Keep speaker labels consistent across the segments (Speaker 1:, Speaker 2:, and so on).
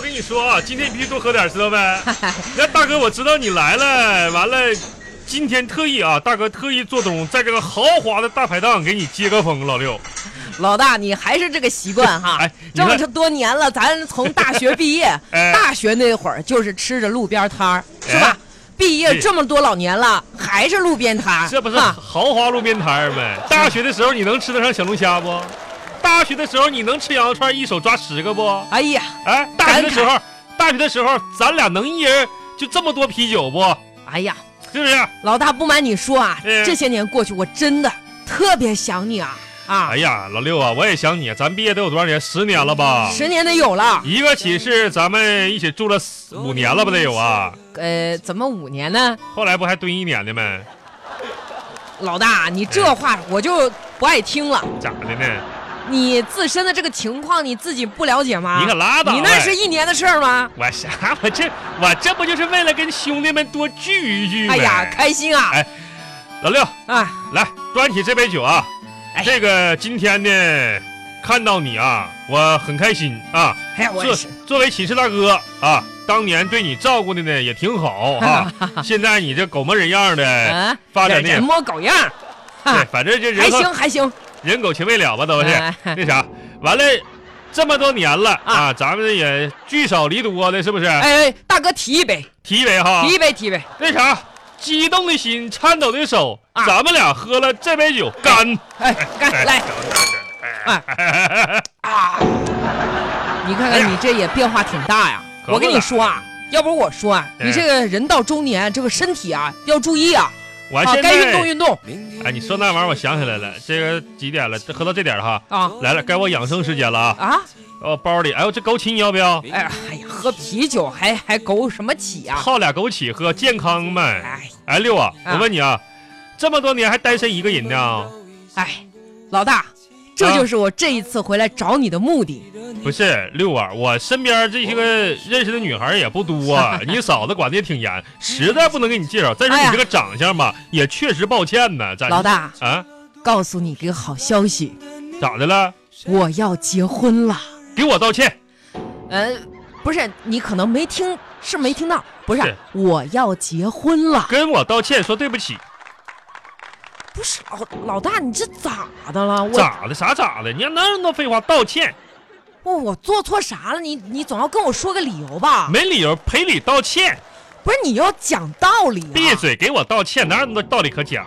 Speaker 1: 跟你说啊，今天必须多喝点，知道呗？那大哥，我知道你来了，完了，今天特意啊，大哥特意做东，在这个豪华的大排档给你接个风，老六。，
Speaker 2: 老大，你还是这个习惯哈
Speaker 1: 哎你
Speaker 2: 这
Speaker 1: 看
Speaker 2: 么就多年了，咱从大学毕业，
Speaker 1: 哎
Speaker 2: 大学那会儿就是吃着路边摊儿，是
Speaker 1: 哎？
Speaker 2: 吧毕业
Speaker 1: 对
Speaker 2: 这么多老年了，还是路边摊儿，
Speaker 1: 这不是
Speaker 2: 哈
Speaker 1: 豪华路边摊儿呗？大学的时候你能吃得上小龙虾不？大学的时候你能吃羊肉串一手抓十个不？
Speaker 2: 哎呀，
Speaker 1: 哎，大学的时候，大学的时候咱俩能一人就这么多啤酒不？
Speaker 2: 哎呀，
Speaker 1: 是不是？
Speaker 2: 老大，不瞒你说啊，
Speaker 1: 嗯
Speaker 2: 这些年过去，我真的特别想你啊啊
Speaker 1: 哎，呀，老六啊，我也想你，咱毕业得有多少年？十年了吧？
Speaker 2: 十年得有了，
Speaker 1: 一个寝室咱们一起住了四五年了吧？得有啊，
Speaker 2: 呃，怎么五年呢？
Speaker 1: 后来不还蹲一年的吗？
Speaker 2: 老大，你
Speaker 1: 哎
Speaker 2: 这话我就不爱听了。
Speaker 1: 咋的呢？
Speaker 2: 你自身的这个情况你自己不了解吗？
Speaker 1: 你可拉倒
Speaker 2: 你那
Speaker 1: 呗
Speaker 2: 是一年的事儿吗？
Speaker 1: 我啥？我这我这不就是为了跟兄弟们多聚一聚吗？
Speaker 2: 哎呀，开心啊！
Speaker 1: 哎老六。
Speaker 2: 啊，
Speaker 1: 来，端起这杯酒啊！
Speaker 2: 哎
Speaker 1: 这个今天呢，看到你啊，我很开心啊。
Speaker 2: 哎呀，我也
Speaker 1: 作
Speaker 2: 是。
Speaker 1: 作为寝室大哥啊，当年对你照顾的呢也挺好啊。 现在你这狗模人样的，
Speaker 2: 啊，
Speaker 1: 哎发展的也
Speaker 2: 人模狗样儿，
Speaker 1: 对
Speaker 2: 哈，
Speaker 1: 反正这
Speaker 2: 还
Speaker 1: 人和
Speaker 2: 行还行。
Speaker 1: 人狗情未了吧，都是
Speaker 2: 哎
Speaker 1: 那啥。完了，这么多年了啊，咱们也聚少离多的，是不是？
Speaker 2: 哎，哎大哥提一杯，
Speaker 1: 提一杯哈
Speaker 2: 提，一杯，提一杯。
Speaker 1: 那啥，激动的心，颤抖的手，
Speaker 2: 啊
Speaker 1: 咱们俩喝了这杯酒，干！
Speaker 2: 哎，干来啊！你看
Speaker 1: 哎
Speaker 2: 看
Speaker 1: 呀
Speaker 2: 你这也变化挺大呀。
Speaker 1: 可不
Speaker 2: 我跟你
Speaker 1: 咋
Speaker 2: 说啊，要不我说啊，
Speaker 1: 哎
Speaker 2: 你这个人到中年，这个身体啊要注意啊，
Speaker 1: 我
Speaker 2: 啊
Speaker 1: 现在
Speaker 2: 该运动运动
Speaker 1: 哎，你说那玩意儿，我想起来了，这个几点了？这喝到这点了哈，
Speaker 2: 啊
Speaker 1: 来了，该我养生时间了啊！
Speaker 2: 啊！
Speaker 1: 我包里，哎呦，这枸杞你要不要？
Speaker 2: 哎呀哎呀，喝啤酒还还枸什么起呀？
Speaker 1: 泡俩枸杞喝，健康嘛。
Speaker 2: 哎
Speaker 1: 哎，六啊，
Speaker 2: 啊
Speaker 1: 我问你啊，这么多年还单身一个人呢？
Speaker 2: 哎，老大，这
Speaker 1: 啊
Speaker 2: 就是我这一次回来找你的目的。
Speaker 1: 不是，六啊，我身边这些个
Speaker 2: 哦
Speaker 1: 认识的女孩也不 多啊，你嫂子管的也挺严，实在不能给你介绍。再说
Speaker 2: 哎呀
Speaker 1: 你这个长相吧，也确实抱歉呢。咱
Speaker 2: 老大，
Speaker 1: 啊，
Speaker 2: 告诉你个好消息，
Speaker 1: 咋的了？
Speaker 2: 我要结婚了。
Speaker 1: 给我道歉。
Speaker 2: 呃，不是，你可能没听，是没听到，不是，
Speaker 1: 是
Speaker 2: 我要结婚了。
Speaker 1: 跟我道歉，说对不起，
Speaker 2: 不是老老大，你这咋的了？我
Speaker 1: 咋的？啥咋的？你看那么多废话，道歉
Speaker 2: 我哦我做错啥了？你你总要跟我说个理由吧？
Speaker 1: 没理由，赔礼道歉，
Speaker 2: 不是，你要讲道理、啊。
Speaker 1: 闭！嘴，给我道歉，哪有那么多道理可讲？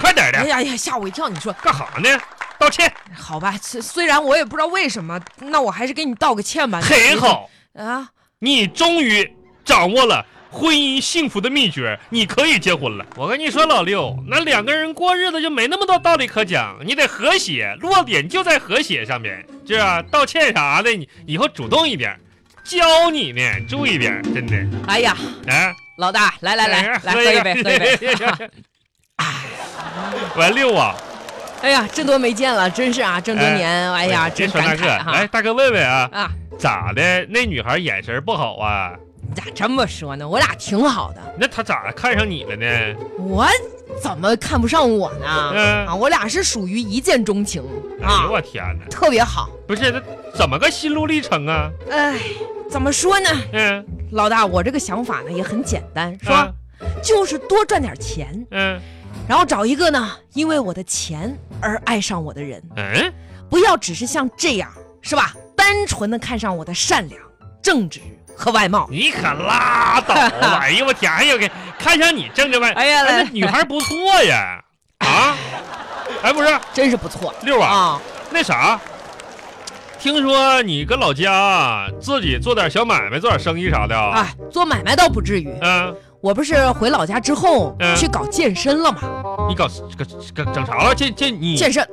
Speaker 1: 快点
Speaker 2: 哎
Speaker 1: 的，
Speaker 2: 呀哎呀，吓我一跳！你说
Speaker 1: 干啥呢？道歉，
Speaker 2: 好吧，虽虽然我也不知道为什么，那我还是给你道个歉吧。
Speaker 1: 很好，
Speaker 2: 啊！
Speaker 1: 你终于掌握了婚姻幸福的秘诀，你可以结婚了。我跟你说，老六，那两个人过日子就没那么多道理可讲，你得和谐，落点就在和谐上面，是啊，道歉啥的，你以后主动一点，教你呢，注意点，真的，
Speaker 2: 哎呀，
Speaker 1: 啊。
Speaker 2: 老大，来来
Speaker 1: 哎
Speaker 2: 来来，喝一杯，喝一杯。
Speaker 1: 喂，六啊，
Speaker 2: 哎呀，这多没见了，真是啊，这么多年，哎呀，
Speaker 1: 别
Speaker 2: 真
Speaker 1: 说大
Speaker 2: 感
Speaker 1: 哥，
Speaker 2: 慨哈。
Speaker 1: 来，大哥问问啊，
Speaker 2: 啊，
Speaker 1: 咋的？那女孩眼神不好啊？
Speaker 2: 你咋这么说呢？我俩挺好的，
Speaker 1: 那她咋看上你了呢？
Speaker 2: 我怎么看不上我呢？
Speaker 1: 嗯
Speaker 2: 啊，我俩是属于一见钟情
Speaker 1: 哎
Speaker 2: 啊
Speaker 1: 呦，我天哪！
Speaker 2: 特别好。
Speaker 1: 不是，那怎么个心路历程啊？
Speaker 2: 哎，怎么说呢，
Speaker 1: 嗯，
Speaker 2: 老大，我这个想法呢也很简单，是吧
Speaker 1: 啊？
Speaker 2: 就是多赚点钱，
Speaker 1: 嗯
Speaker 2: 然后找一个呢，因为我的钱而爱上我的人，
Speaker 1: 嗯，
Speaker 2: 不要只是像这样，是吧？单纯的看上我的善良、正直和外貌。
Speaker 1: 你可拉倒吧！哎呦我天，哎呦给看上你挣这外，
Speaker 2: 哎呀来
Speaker 1: 那女孩不错呀，啊，哎不是
Speaker 2: 真是不错
Speaker 1: 六啊，
Speaker 2: 啊！
Speaker 1: 那啥，听说你跟老家自己做点小买卖，做点生意啥的啊？
Speaker 2: 哎，做买卖倒不至于，
Speaker 1: 嗯、
Speaker 2: 我不是回老家之后
Speaker 1: 嗯
Speaker 2: 去搞健身了吗？
Speaker 1: 你搞搞搞整啥了？这这你
Speaker 2: 健身，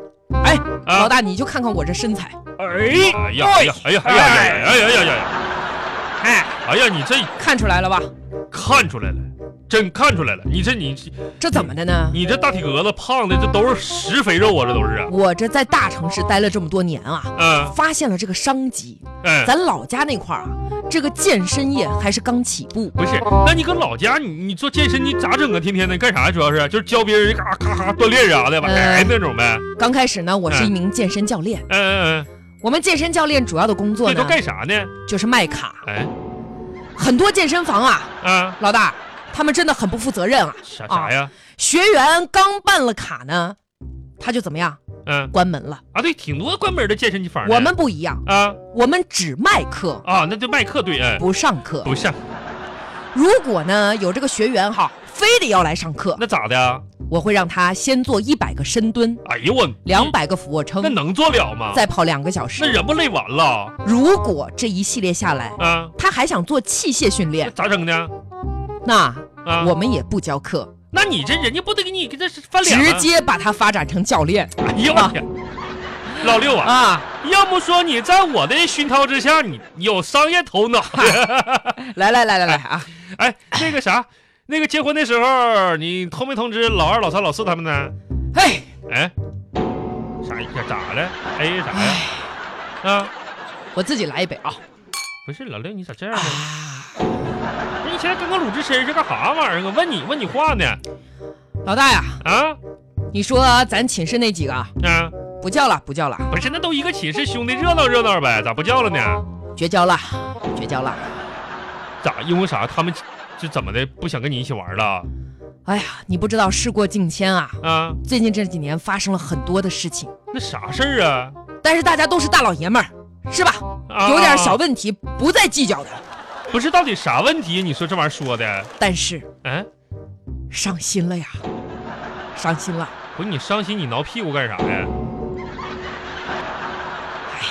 Speaker 2: 哎，
Speaker 1: 嗯啊
Speaker 2: 老大你就看看我这身材，
Speaker 1: 哎呀哎呀哎呀哎呀哎呀哎呀哎呀！
Speaker 2: 哎，
Speaker 1: 哎呀，你这
Speaker 2: 看出来了吧？
Speaker 1: 看出来了，真看出来了，你这你
Speaker 2: 这怎么的呢？
Speaker 1: 你这大体格子胖的，这都是实肥肉啊，这都是啊。
Speaker 2: 我这在大城市待了这么多年啊，
Speaker 1: 嗯
Speaker 2: 发现了这个商机。
Speaker 1: 嗯，
Speaker 2: 咱老家那块儿啊，这个健身业还是刚起步。
Speaker 1: 不是，那你搁老家你你做健身你咋整啊？天天的干啥呀？主要是就是教别人嘎咔咔锻炼啥的，完
Speaker 2: 呃
Speaker 1: 哎那种呗。
Speaker 2: 刚开始呢，我是一名健身教练，
Speaker 1: 嗯嗯
Speaker 2: 我们健身教练主要的工作
Speaker 1: 这都
Speaker 2: 呢，
Speaker 1: 干啥呢？
Speaker 2: 就是卖卡。
Speaker 1: 哎，
Speaker 2: 很多健身房啊，
Speaker 1: 啊，
Speaker 2: 老大，他们真的很不负责任啊！
Speaker 1: 啥啥呀？
Speaker 2: 学员刚办了卡呢，他就怎么样，
Speaker 1: 嗯
Speaker 2: 关门了。
Speaker 1: 啊，对，挺多关门的健身房呢。
Speaker 2: 我们不一样，
Speaker 1: 啊
Speaker 2: 我们只卖课
Speaker 1: 啊，那就卖课对，哎，
Speaker 2: 不上课。
Speaker 1: 不像
Speaker 2: 如果呢有这个学员哈，非得要来上课，
Speaker 1: 那咋的啊？
Speaker 2: 我会让他先做一百个深蹲，
Speaker 1: 哎呦我
Speaker 2: 两，百个俯卧
Speaker 1: 那
Speaker 2: 撑，
Speaker 1: 能做了吗？
Speaker 2: 再跑两个小
Speaker 1: 那
Speaker 2: 时。
Speaker 1: 人不累完了
Speaker 2: 如果这一系列下来，
Speaker 1: 啊？
Speaker 2: 他还想做器械训
Speaker 1: 那
Speaker 2: 练，
Speaker 1: 咋整呢？
Speaker 2: 那
Speaker 1: 啊，
Speaker 2: 我们也不教课，
Speaker 1: 那你这人家不得给你给这是翻脸
Speaker 2: 直
Speaker 1: 吗？
Speaker 2: 接把他发展成教练
Speaker 1: 哎呦我天！老六啊，
Speaker 2: 啊！
Speaker 1: 要不说你在我的熏陶之下，你你有商业头脑。
Speaker 2: 来来来来来啊！
Speaker 1: 哎，那个啥，那个结婚的时候，你通没通知老二、老三、老四他们呢？
Speaker 2: 嘿，
Speaker 1: 哎，啥呀？咋了？哎啥呀？啊，
Speaker 2: 我自己来一杯啊！
Speaker 1: 不是老六，你咋这样呢？
Speaker 2: 啊，
Speaker 1: 不是你现在跟个鲁智深是干啥玩意儿啊？问你问你话呢？
Speaker 2: 老大呀，
Speaker 1: 啊
Speaker 2: 你说咱寝室那几个啊
Speaker 1: 啊，
Speaker 2: 不叫了，不叫了，
Speaker 1: 不是那都一个寝室，兄弟热闹热闹呗，咋不叫了呢？
Speaker 2: 绝交了，绝交了！
Speaker 1: 咋？因为啥？他们就怎么的不想跟你一起玩了？
Speaker 2: 哎呀，你不知道事过境迁啊！
Speaker 1: 啊，
Speaker 2: 最近这几年发生了很多的事情，
Speaker 1: 那啥事儿啊？
Speaker 2: 但是大家都是大老爷们儿，是吧？
Speaker 1: 啊
Speaker 2: 有点小问题不再计较的，
Speaker 1: 不是到底啥问题？你说这玩意儿说的，
Speaker 2: 但是
Speaker 1: 嗯、
Speaker 2: 伤心了呀，伤心了。
Speaker 1: 不是你伤心，你挠屁股干啥呀？哎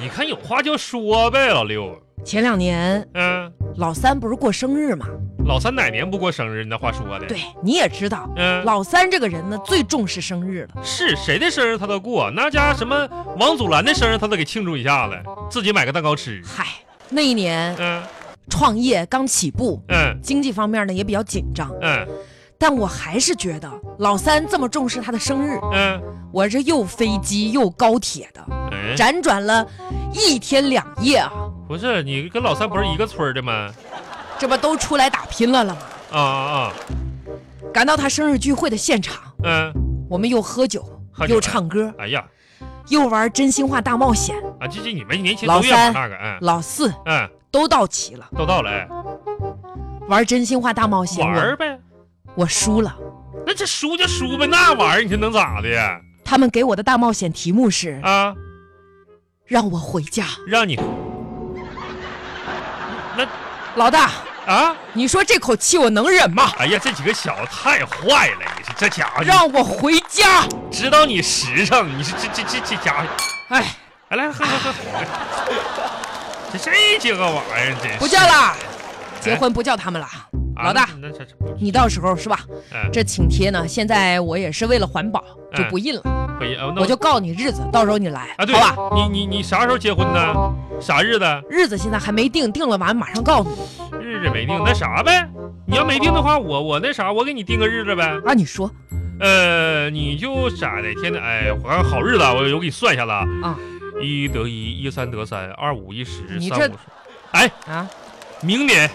Speaker 1: 你看有话就说呗，老六。
Speaker 2: 前两年
Speaker 1: 嗯、
Speaker 2: 老三不是过生日嘛？
Speaker 1: 老三哪年不过生日？你那话说的。
Speaker 2: 对，，你也知道，
Speaker 1: 嗯、
Speaker 2: 老三这个人呢最重视生日了。
Speaker 1: 是谁的生日他都过，那家什么王祖蓝的生日他都给庆祝一下子，自己买个蛋糕吃。
Speaker 2: 嗨，那一年
Speaker 1: 嗯
Speaker 2: 创业刚起步，
Speaker 1: 嗯
Speaker 2: 经济方面呢也比较紧张，
Speaker 1: 嗯
Speaker 2: 但我还是觉得老三这么重视他的生日，
Speaker 1: 嗯
Speaker 2: 我这又飞机又高铁的，
Speaker 1: 嗯，
Speaker 2: 辗转了一天两夜啊，
Speaker 1: 不是你跟老三不是一个村儿的吗？
Speaker 2: 这不都出来打拼了了吗？
Speaker 1: 啊啊啊！
Speaker 2: 赶到他生日聚会的现场，
Speaker 1: 嗯、
Speaker 2: 我们又喝酒，
Speaker 1: 喝酒
Speaker 2: 又唱歌，
Speaker 1: 哎呀
Speaker 2: 又玩真心话大冒险。
Speaker 1: 啊，这这你们年轻
Speaker 2: 老
Speaker 1: 都愿玩
Speaker 2: 三
Speaker 1: 那个，嗯
Speaker 2: 老四
Speaker 1: 嗯，
Speaker 2: 都到齐了，
Speaker 1: 都到了，哎
Speaker 2: 玩真心话大冒险，
Speaker 1: 玩
Speaker 2: 我
Speaker 1: 儿呗。
Speaker 2: 我输了。
Speaker 1: 那这输就输呗，那玩意儿你这能咋的呀？
Speaker 2: 他们给我的大冒险题目是
Speaker 1: 啊，
Speaker 2: 让我回家。
Speaker 1: 让你那
Speaker 2: 老大，
Speaker 1: 啊，
Speaker 2: 你说这口气我能忍吗？
Speaker 1: 哎呀，这几个小子太坏了，你这家伙，
Speaker 2: 让我回家！
Speaker 1: 知道你实诚，你是这这这这家伙，
Speaker 2: 哎，
Speaker 1: 来来喝喝喝，这这几个玩意儿真是
Speaker 2: 不叫了，结婚不叫他们了。
Speaker 1: 啊
Speaker 2: 老大，
Speaker 1: 那那这这
Speaker 2: 你到时候是吧？
Speaker 1: 嗯，
Speaker 2: 这请帖呢，现在我也是为了环保就不印了，
Speaker 1: 可以啊，那
Speaker 2: 我就告你日子，到时候你来，
Speaker 1: 啊，对
Speaker 2: 好吧？，
Speaker 1: 你你你啥时候结婚呢？啥日子？
Speaker 2: 日子现在还没定，定了完马上告你
Speaker 1: 日子没定，那啥呗。你要没定的
Speaker 2: 哦
Speaker 1: 话，我我那啥，我给你定个日子呗。
Speaker 2: 啊。你说
Speaker 1: 呃，你就咋的？天天哎，我看好日子啊，我我给你算一下子啊。
Speaker 2: 啊，
Speaker 1: 一得一，一三得三，二五一十，
Speaker 2: 你
Speaker 1: 三
Speaker 2: 这
Speaker 1: 五十。
Speaker 2: 啊，
Speaker 1: 明年，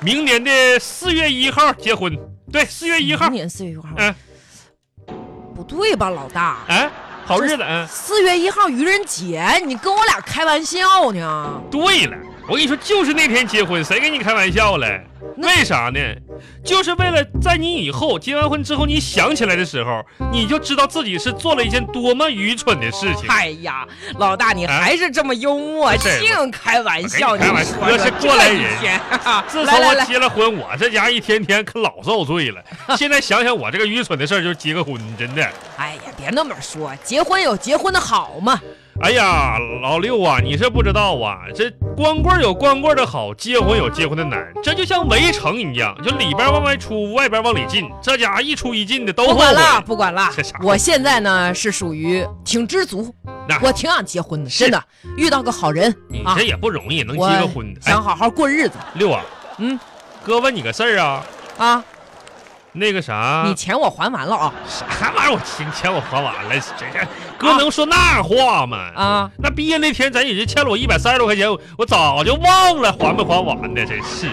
Speaker 1: 明年的四月一号结婚。对，四月一号
Speaker 2: 明。年四月一号，
Speaker 1: 嗯
Speaker 2: 不对吧，老大？
Speaker 1: 哎，好日子。嗯，
Speaker 2: 四月一号愚人节，你跟我俩开玩笑呢？
Speaker 1: 对了，我跟你说，就是那天结婚，谁跟你开玩笑嘞？
Speaker 2: 那
Speaker 1: 为啥呢？就是为了在你以后结完婚之后，你想起来的时候，你就知道自己是做了一件多么愚蠢的事情。
Speaker 2: 哎呀，老大，
Speaker 1: 啊
Speaker 2: 你还是这么幽默，
Speaker 1: 哎对
Speaker 2: 净开玩笑，
Speaker 1: 我跟你开玩笑
Speaker 2: 说
Speaker 1: 我是过来人
Speaker 2: 这一天啊
Speaker 1: 自
Speaker 2: 来
Speaker 1: 从
Speaker 2: 来
Speaker 1: 我
Speaker 2: 来，
Speaker 1: 结了婚，我这家一天天可老受罪 了。现在想想我这个愚蠢的事儿，就是结个婚，真的。
Speaker 2: 哎呀，别那么说，结婚有结婚的好嘛。
Speaker 1: 哎呀，老六啊，你是不知道啊，这光棍有光棍的好，结婚有结婚的难。这就像围城一样，就里边往外出，外边往里进，这家伙一出一进的都
Speaker 2: 不
Speaker 1: 后
Speaker 2: 管
Speaker 1: 悔。
Speaker 2: 了，不管了
Speaker 1: 哦这啥。
Speaker 2: 我现在呢是属于挺知足
Speaker 1: 那，
Speaker 2: 我挺想结婚的，
Speaker 1: 是
Speaker 2: 真的。遇到个好人
Speaker 1: 你
Speaker 2: 啊
Speaker 1: 这，也不容易，能结
Speaker 2: 我
Speaker 1: 个婚。哎
Speaker 2: 想，好好过日子
Speaker 1: 六啊，
Speaker 2: 嗯，
Speaker 1: 哥问你个事儿啊，
Speaker 2: 啊。
Speaker 1: 那个啥，
Speaker 2: 你钱我还完了啊
Speaker 1: 啥玩意儿？我钱钱我还完了，这这哥能说那话吗？
Speaker 2: 啊！
Speaker 1: 那毕业那天，咱也是欠了我一百三十多块钱，我我早就忘了还没还完呢，真是。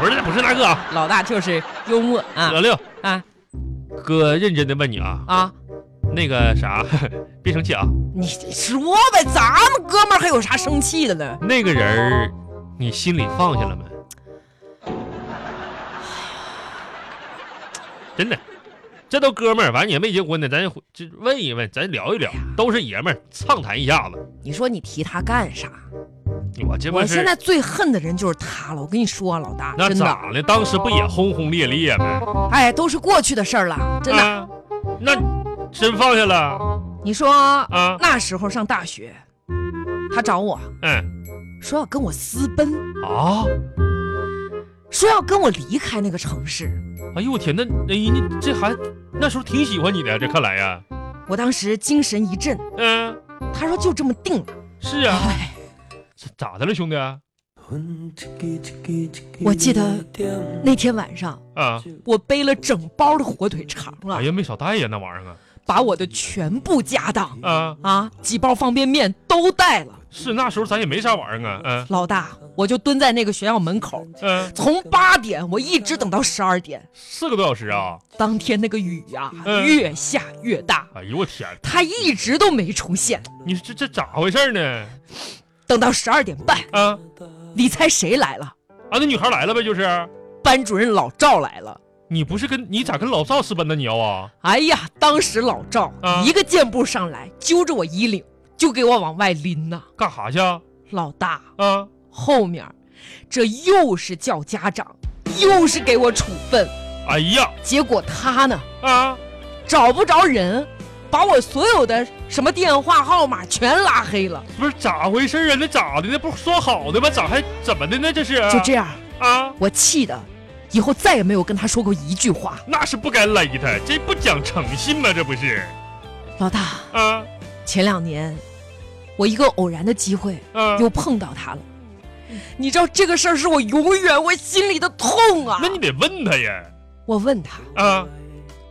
Speaker 1: 不是不是那个啊，呃
Speaker 2: 老大就是幽默啊
Speaker 1: 老六
Speaker 2: 啊
Speaker 1: 哥认真的问你啊，
Speaker 2: 啊！
Speaker 1: 那个啥， 别生气啊。
Speaker 2: 你你说呗，咱们哥们儿还有啥生气的呢？
Speaker 1: 那个人儿，你心里放下了没？真的，这都哥们儿，完也没结婚呢，咱就就问一问，咱聊一聊，都是爷们儿，畅谈一下子。
Speaker 2: 你说你提他干啥？
Speaker 1: 我这不
Speaker 2: 我
Speaker 1: 是
Speaker 2: 现在最恨的人就是他了。我跟你说啊，老大，
Speaker 1: 那
Speaker 2: 真的，
Speaker 1: 咋了？当时不也轰轰烈烈吗？
Speaker 2: 哎，都是过去的事儿了，真的。
Speaker 1: 啊，那真放下了
Speaker 2: 你说
Speaker 1: 啊？
Speaker 2: 那时候上大学，他找我
Speaker 1: 嗯
Speaker 2: 说要跟我私奔，
Speaker 1: 啊，
Speaker 2: 说要跟我离开那个城市。
Speaker 1: 哎呦我天，那哎你这还那时候挺喜欢你的呀，这看来呀，
Speaker 2: 我当时精神一振，
Speaker 1: 嗯、
Speaker 2: 他说就这么定了。
Speaker 1: 是啊，
Speaker 2: 哎，
Speaker 1: 这咋的了兄弟啊？
Speaker 2: 我记得那天晚上
Speaker 1: 啊
Speaker 2: 我背了整包的火腿肠啊
Speaker 1: 哎，呀没少带呀那玩意儿啊
Speaker 2: 把我的全部家当
Speaker 1: 啊。
Speaker 2: 啊几包方便面都带了。
Speaker 1: 是那时候咱也没啥玩意儿啊，嗯
Speaker 2: 老大，我就蹲在那个学校门口，
Speaker 1: 嗯，
Speaker 2: 从八点我一直等到十二点。
Speaker 1: 四个多小时啊！
Speaker 2: 当天那个雨呀、
Speaker 1: 嗯
Speaker 2: 越下越大，
Speaker 1: 哎呦我天，
Speaker 2: 他一直都没出现。
Speaker 1: 你这这咋回事呢？
Speaker 2: 等到十二点半，
Speaker 1: 啊
Speaker 2: 你猜谁来了？
Speaker 1: 啊，那女孩来了呗，就是
Speaker 2: 班主任老赵来了。
Speaker 1: 你不是跟你咋跟老赵私奔的？你要啊？
Speaker 2: 哎呀，当时老赵、
Speaker 1: 啊
Speaker 2: 一个箭步上来，揪着我衣领就给我往外拎呐、
Speaker 1: 干啥去啊？
Speaker 2: 老大，
Speaker 1: 啊，
Speaker 2: 后面这又是叫家长，又是给我处分。
Speaker 1: 哎呀
Speaker 2: 结果他呢，
Speaker 1: 啊，
Speaker 2: 找不着人，把我所有的什么电话号码全拉黑了。
Speaker 1: 不是咋回事啊？那咋的？那不说好的吗？咋还怎么的呢？这是
Speaker 2: 就这样，
Speaker 1: 啊？
Speaker 2: 我气的，以后再也没有跟他说过一句话。
Speaker 1: 那是不该勒他，这不讲诚信吗？这不是
Speaker 2: 老大，
Speaker 1: 啊
Speaker 2: 前两年我一个偶然的机会
Speaker 1: 啊？
Speaker 2: 又碰到他了。你知道这个事儿是我永远我心里的痛啊！
Speaker 1: 那你得问他呀
Speaker 2: 我问他，
Speaker 1: 啊，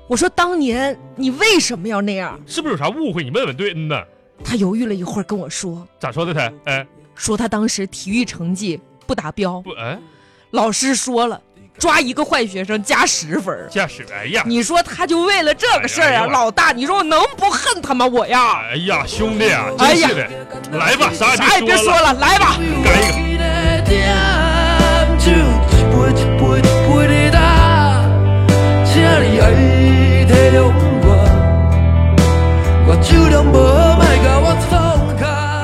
Speaker 2: 我说当年你为什么要那样？
Speaker 1: 是不是有啥误会？你问问对，嗯呐，
Speaker 2: 他犹豫了一会儿跟我说，
Speaker 1: 咋说的他？哎
Speaker 2: 说他当时体育成绩不达标，
Speaker 1: 不哎，
Speaker 2: 老师说了，抓一个坏学生加十分儿。
Speaker 1: 驾驶哎呀。
Speaker 2: 你说他就为了这个事儿
Speaker 1: 哎呀哎
Speaker 2: 啊，
Speaker 1: 呀
Speaker 2: 老大，你说我能不恨他吗？我呀，
Speaker 1: 哎呀，兄弟啊，
Speaker 2: 哎
Speaker 1: 真
Speaker 2: 呀
Speaker 1: 是的，来吧，啥
Speaker 2: 啥也别说
Speaker 1: 了，
Speaker 2: 了，来吧。
Speaker 1: 干一个。
Speaker 3: Put, put, put it up，这里爱太阳光，我就当无卖甲我放假。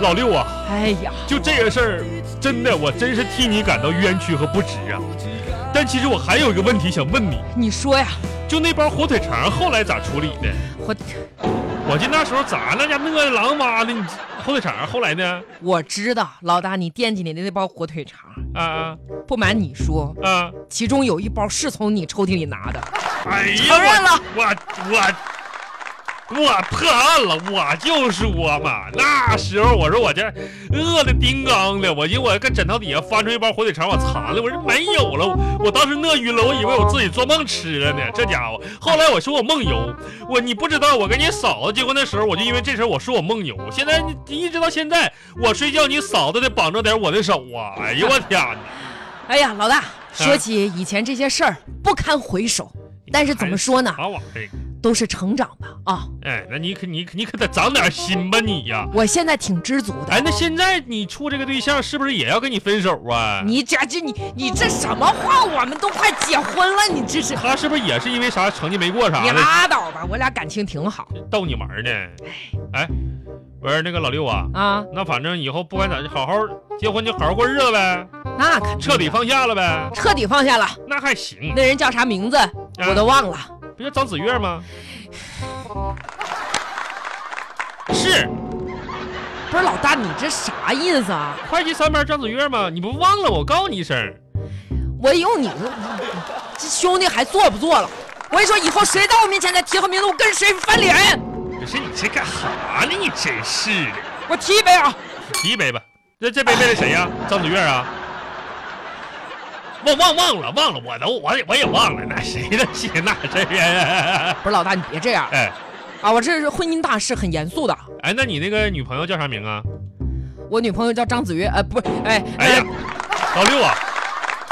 Speaker 1: 老六啊，
Speaker 2: 哎呀，
Speaker 1: 就这个事儿，真的，我真是替你感到冤屈和不值啊。但其实我还有一个问题想问你，
Speaker 2: 你说呀，
Speaker 1: 就那包火腿肠后来咋处理的？
Speaker 2: 我
Speaker 1: 我记得那时候咋那家那个狼妈的，你火腿肠后来呢？
Speaker 2: 我知道，老大，你惦记你的那包火腿肠，
Speaker 1: 啊
Speaker 2: 不瞒你说，
Speaker 1: 啊！
Speaker 2: 其中有一包是从你抽屉里拿的。
Speaker 1: 哎呀，
Speaker 2: 承认了
Speaker 1: 我我我我破案了，我就说嘛，那时候我说我这饿的叮当的，我寻我搁枕头底下翻出一包火腿肠，我馋了，我说没有了，我当时饿晕了，我以为我自己做梦吃了呢，这家伙。后来我说我梦游，我你不知道，我跟你嫂子结婚的时候，我就因为这事儿我说我梦游，现在你一直到现在，我睡觉你嫂子得绑着点我的手啊，哎呦我天哪！
Speaker 2: 哎呀，老大，说起以前这些事儿不堪回首，但是怎么 说呢，
Speaker 1: 啥玩意儿？
Speaker 2: 都是成长吧啊！
Speaker 1: 哎，那你可你可你可得长点心吧你呀、
Speaker 2: 我现在挺知足的。
Speaker 1: 哎，那现在你处这个对象是不是也要跟你分手啊？
Speaker 2: 你这这你你这什么话？我们都快结婚了，你这是
Speaker 1: 他是不是也是因为啥成绩没过啥
Speaker 2: 你
Speaker 1: 的
Speaker 2: 拉倒吧，我俩感情挺好
Speaker 1: 逗你玩儿呢？哎，我说那个老六啊，
Speaker 2: 啊，
Speaker 1: 那反正以后不管咋，好好结婚就好好过日子呗，
Speaker 2: 那肯定
Speaker 1: 彻底
Speaker 2: 的
Speaker 1: 放下了呗，
Speaker 2: 彻底放下了。
Speaker 1: 那还行。
Speaker 2: 那人叫啥名字我都忘了。
Speaker 1: 不叫张子越吗？是
Speaker 2: 不是老大，你这啥意思啊？
Speaker 1: 会计三班张子越吗？你不忘了我告诉你一声，
Speaker 2: 我用你，这兄弟还做不做了？我跟你说，以后谁到我面前再提和名字，我跟谁翻脸！
Speaker 1: 不是你这干啥呢？你真是的，
Speaker 2: 我提一杯啊！
Speaker 1: 提一杯吧。这这杯为了谁呀、张子越啊？忘忘忘了忘了，我都我也我也忘了，那谁的谁那谁呀？
Speaker 2: 不是老大，你别这样
Speaker 1: 哎
Speaker 2: 啊！我这是婚姻大事，很严肃的。
Speaker 1: 哎，那你那个女朋友叫啥名啊？
Speaker 2: 我女朋友叫张子越，呃，不是，哎，
Speaker 1: 哎呀，老六啊，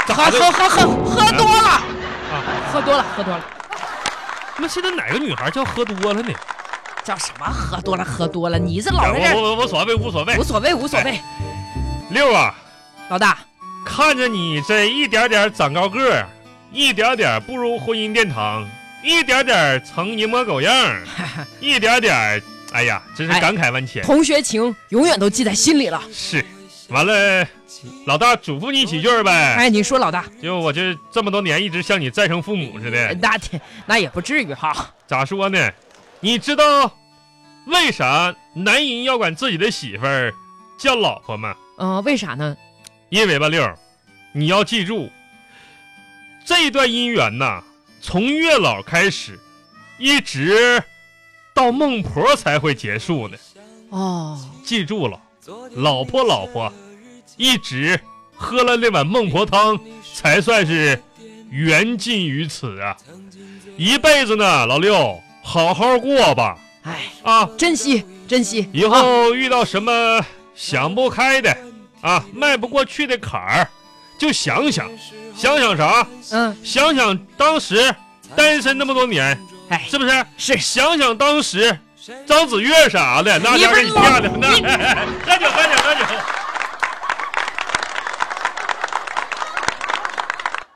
Speaker 2: 喝
Speaker 1: 咋的
Speaker 2: 喝喝喝喝多了，
Speaker 1: 啊？
Speaker 2: 喝多了，喝多了。
Speaker 1: 那现在哪个女孩叫喝多了呢？
Speaker 2: 叫什么？喝多了，喝多了，你这老在
Speaker 1: 哎
Speaker 2: 这
Speaker 1: 我
Speaker 2: 儿
Speaker 1: 我我无哎所谓，无所谓
Speaker 2: 无。所谓，无所谓。
Speaker 1: 六啊，
Speaker 2: 老大，
Speaker 1: 看着你这一点点长高个儿，一点点步入婚姻殿堂，一点点成人模狗样儿， 一点点，哎呀，真是
Speaker 2: 哎
Speaker 1: 感慨万千。
Speaker 2: 同学情永远都记在心里了。
Speaker 1: 是，完了，老大嘱咐你几句儿呗。
Speaker 2: 哎，你说老大，
Speaker 1: 就我这这么多年一直像你再生父母似的，
Speaker 2: 那天那也不至于哈。
Speaker 1: 咋说呢？你知道为啥男人要管自己的媳妇儿叫老婆吗？
Speaker 2: 嗯、为啥呢？
Speaker 1: 因为吧，六儿，你要记住，这段姻缘呐，从月老开始，一直到孟婆才会结束呢。
Speaker 2: 哦，
Speaker 1: 记住了，老婆老婆，一直喝了那碗孟婆汤，才算是缘尽于此啊！一辈子呢，老六，好好过吧
Speaker 2: 哎，
Speaker 1: 啊！
Speaker 2: 珍惜珍惜，
Speaker 1: 以后遇到什么想不开的啊，迈不过去的坎儿，就想想，想想啥？
Speaker 2: 嗯，
Speaker 1: 想想当时单身那么多年，
Speaker 2: 哎，
Speaker 1: 是不是？
Speaker 2: 是
Speaker 1: 想想当时张子越啥的，那家给你
Speaker 2: 你不是
Speaker 1: 漂亮，那喝酒喝酒喝酒。